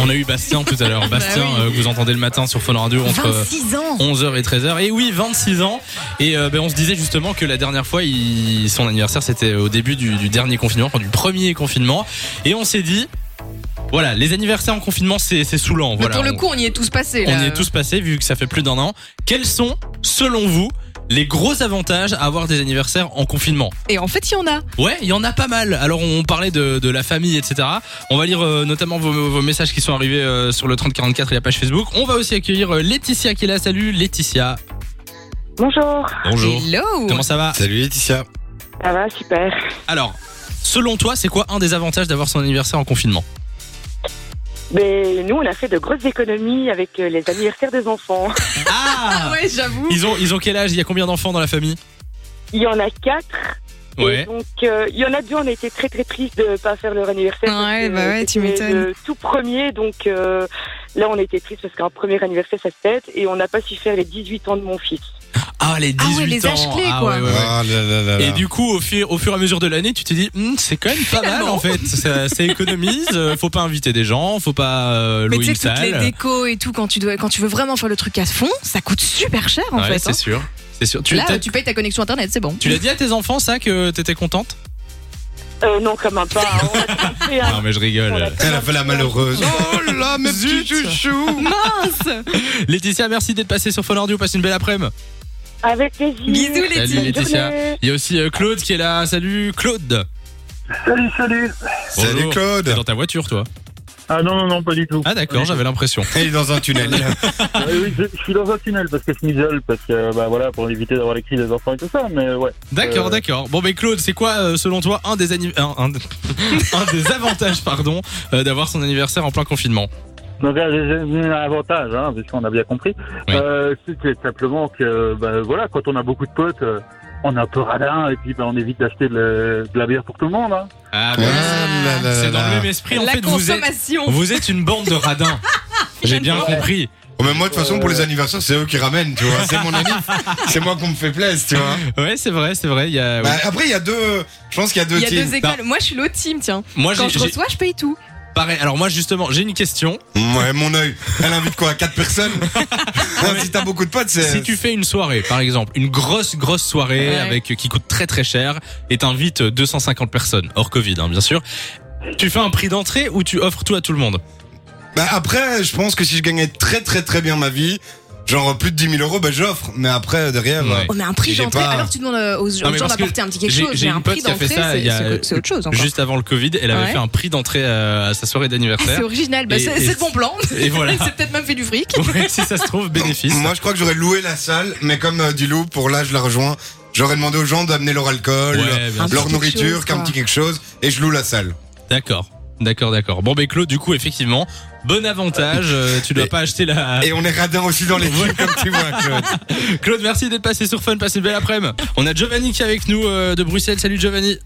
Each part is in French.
On a eu Bastien tout à l'heure. Bastien, Bah oui. euh, que vous entendez le matin sur Fun Radio entre euh, 26 ans 11h et 13h. Et oui, 26 ans. Et euh, ben, on se disait justement que la dernière fois, il- son anniversaire, c'était au début du, du dernier confinement, enfin, du premier confinement. Et on s'est dit, voilà, les anniversaires en confinement, c'est c'est saoulant. Mais Voilà, pour le on- coup, on y est tous passés. on là. y est tous passés, vu que ça fait plus d'un an. Quels sont, selon vous, les gros avantages à avoir des anniversaires en confinement Et en fait, il y en a. Ouais, il y en a pas mal. Alors on parlait de, de la famille, etc. On va lire euh, notamment vos, vos messages qui sont arrivés euh, sur le 3044 et la page Facebook. On va aussi accueillir euh, Laetitia qui est là. Salut Laetitia. Bonjour, Bonjour. Hello Comment ça va Salut Laetitia. ça va, super. Alors, selon toi, c'est quoi un des avantages d'avoir son anniversaire en confinement Mais Ben, nous, on a fait de grosses économies avec euh, les anniversaires des enfants. Ah Ah ouais, j'avoue. Ils ont, ils ont quel âge Il y a combien d'enfants dans la famille Il y en a quatre. et donc, euh, il y en a deux, on a été très très tristes de ne pas faire leur anniversaire. parce Ouais, que euh, bah ouais, tu c'était m'étonnes. Le tout premier, donc euh, là, on était tristes parce qu'un premier anniversaire, ça se fête. Et on n'a pas su faire les 18 ans de mon fils. Ah, les 18 Ah ouais, les ans. âges clés, Ah quoi. ouais, ouais, ouais. Ah là là là là. Et du coup, au fur, au fur et à mesure de l'année, tu t'es dit, Hum, c'est quand même pas mal Finalement. en fait. Ça, ça économise. euh, Faut pas inviter des gens. Faut pas euh, mais louer tu sais une que toutes les salle. décos et tout quand tu dois quand tu veux vraiment faire le truc à fond ça coûte super cher en Ouais, fait c'est hein. sûr. C'est sûr. Tu, t'as- Là, tu payes ta connexion internet, c'est bon. tu l'as dit à tes enfants ça que t'étais contente Euh, non, quand même pas. hein. On a tout fait, hein. Non, mais je rigole. Ah, Elle a fait la malheureuse. Oh là, mes petits chouchous. Laetitia, merci d'être passée sur Fun Radio. Passe une belle après-midi. Avec plaisir. Bisous, Salut, Laetitia. Bonne Laetitia. journée. Il y a aussi euh, Claude qui est là. Salut Claude. Salut, salut. Salut Bonjour. T'es Claude. dans ta voiture toi Ah non, non, non, pas du tout. Ah d'accord, j'avais l'impression. Elle est dans un tunnel. Ah oui, je, je suis dans un tunnel parce que je m'isole, parce que, bah voilà, pour éviter d'avoir les cris des enfants et tout ça, mais ouais. D'accord, Euh. d'accord. Bon, mais Claude, c'est quoi, euh, selon toi, un des, anniv- un, un- un des avantages pardon, euh, d'avoir son anniversaire en plein confinement Donc, là, j'ai j'ai un avantage, hein, parce qu'on a bien compris. Oui. Euh, c'est simplement que, bah voilà, quand on a beaucoup de potes, euh, on est un peu radin, et puis, bah, on évite d'acheter de, la- de la bière pour tout le monde, hein. Ah, Ah là là C'est dans là. le même esprit. En La fait, vous êtes, consommation. vous êtes une bande de radins. J'ai bien compris. Oh, mais moi, de toute façon, pour les anniversaires, c'est eux qui ramènent, tu vois. C'est mon anniversaire. C'est moi qu'on me fait plaisir, tu vois. Ouais, c'est vrai, c'est vrai. il Y a, Bah, ouais. après, il y a deux. Je pense qu'il y a deux Il y a teams. deux écoles. Moi, je suis l'autre team, tiens. Moi, Quand j'ai, je j'ai- reçois, je paye tout. pareil. Alors, moi, justement, j'ai une question. Ouais, mon œil. Elle invite quoi Quatre personnes Non, Si t'as beaucoup de potes, c'est. Si tu fais une soirée, par exemple, une grosse, grosse soirée Ouais. avec qui coûte très, très cher et t'invites 250 personnes, hors Covid, hein, bien sûr, tu fais un prix d'entrée ou tu offres tout à tout le monde Bah, après, je pense que si je gagnais très très très bien ma vie, genre plus de 10 000 euros, bah j'offre. Mais après, derrière. euh, Ouais. Oh, on a un prix J'ai d'entrée pas- alors tu demandes euh, aux Non, gens mais parce que d'apporter un petit quelque j'ai- chose j'ai mais une un pote prix qui a fait d'entrée ça il y c'est- a- c'est c'est autre chose encore. Juste avant le Covid, elle avait Ouais. fait un prix d'entrée euh, à sa soirée Ah, d'anniversaire. c'est original. Bah, Et- c'est et- c'est de bon plan. Et voilà. c'est peut-être même fait du fric. Ouais, si ça se trouve, bénéfice. Moi, je crois que j'aurais loué la salle, mais comme euh, du loup, pour là, je la rejoins. J'aurais demandé aux gens d'amener leur Ouais, alcool, leur- bien sûr. Un leur petit quelque nourriture, chose, qu'un quoi. petit quelque chose, et je loue la salle. D'accord, d'accord, d'accord. Bon, ben Claude, du coup, effectivement, bon avantage. euh, tu dois Et- pas acheter la. Et on est radin aussi dans les films, comme tu vois, Claude. Claude, merci d'être passé sur Fun. Passez une belle après-midi. On a Giovanni qui est avec nous euh, de Bruxelles. Salut Giovanni.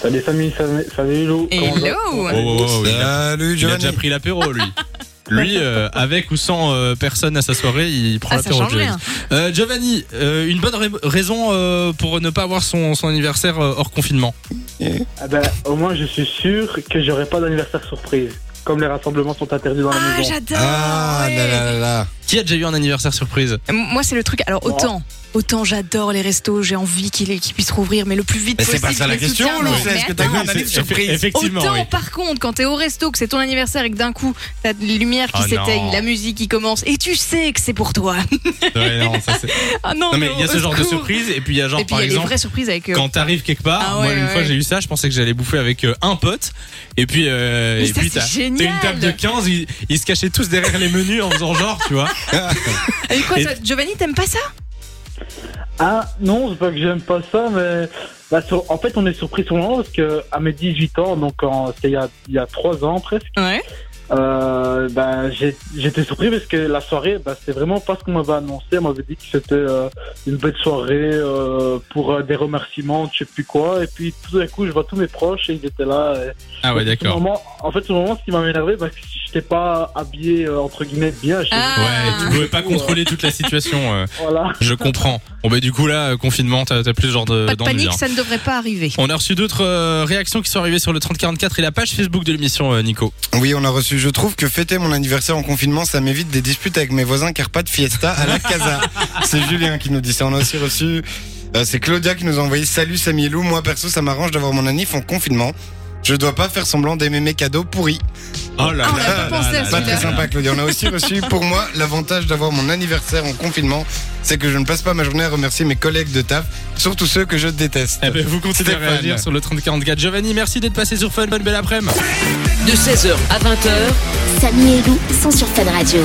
Salut, famille, salut, salut, Lou. Comment ça Hello. Oh, oh, oh, il, a, Salut, il a Euh, Johnny. déjà pris l'apéro, lui. Lui, euh, avec ou sans euh, personne à sa soirée, il prend Ah, ça l'apéro. change rien. Euh, Giovanni, euh, une bonne ra- raison euh, pour ne pas avoir son, son anniversaire euh, hors confinement. Ah ben, au moins, je suis sûr que j'aurai pas d'anniversaire surprise. Comme les rassemblements sont interdits dans la Ah, maison. j'adore. Ah ouais. là là là là. Qui a déjà eu un anniversaire surprise M- Moi, c'est le truc. Alors, autant, autant j'adore les restos, j'ai envie qu'ils qu'ils puissent rouvrir, mais le plus vite Mais Eh ben, c'est possible. pas ça la je les question, soutiens, Lou. non, C'est mais est-ce que t'as eu attends. un anniversaire surprise Effectivement, Autant, oui. par contre, quand t'es au resto, que c'est ton anniversaire et que d'un coup, t'as les lumières qui Oh non. s'éteignent, la musique qui commence, et tu sais que c'est pour toi. Ouais, non, ça, c'est- Ah non, Non, mais il y a au ce genre de secours. surprise, et puis il y a genre, Et puis, par il y a des exemple. vraies surprises avec euh, eux. Quand t'arrives quelque part, Ah moi ouais, une ouais. fois j'ai eu ça, je pensais que j'allais bouffer avec euh, un pote, et puis euh, Mais et ça, puis c'est t'as génial. t'as une table de 15, ils, ils se cachaient tous derrière les menus en faisant genre, tu vois. Et quoi, Et- toi, Giovanni, t'aimes pas ça Ah non, c'est pas que j'aime pas ça, mais bah, sur- en fait on est surpris sur le moment parce que à mes 18 ans, donc en- c'était il y a il y a trois ans presque, Ouais. euh, bah, j'ai- j'étais surpris parce que la soirée, bah, c'était vraiment pas ce qu'on m'avait annoncé. On m'avait dit que c'était euh, une belle soirée euh, pour euh, des remerciements, je sais plus quoi. Et puis tout d'un coup, je vois tous mes proches et ils étaient là. et- Ah ouais, Sur le d'accord. moment- En fait, au moment, ce qui m'a énervé, bah, c'est que j'étais pas habillé euh, entre guillemets bien. je- Ah. Ouais, tu pouvais pas contrôler toute la situation. euh, Voilà. je comprends. Bon, bah, du coup, là, euh, confinement, t'as t'as plus ce genre de- Pas de d'ennui. panique, hein. ça ne devrait pas arriver. On a reçu d'autres euh, réactions qui sont arrivées sur le 3044 et la page Facebook de l'émission, euh, Nico. Oui, on a reçu. Je trouve que fêter mon anniversaire en confinement, ça m'évite des disputes avec mes voisins car pas de fiesta à la casa. c'est Julien qui nous dit ça. On a aussi reçu. euh, c'est Claudia qui nous a envoyé Salut Samy et Lou. Moi perso, ça m'arrange d'avoir mon anniv en confinement. Je dois pas faire semblant d'aimer mes cadeaux pourris. Oh là Ah, on a pas pensé à Pas celui-là. très sympa, Claudia. On a aussi reçu. Pour moi, l'avantage d'avoir mon anniversaire en confinement, c'est que je ne passe pas ma journée à remercier mes collègues de taf, surtout ceux que je déteste. Eh ben, vous continuez à Stéphane. réagir sur le 3044. Giovanni, merci d'être passé sur Fun. Bonne belle après-midi. De 16h à 20h, Samy et Lou sont sur Fan Radio.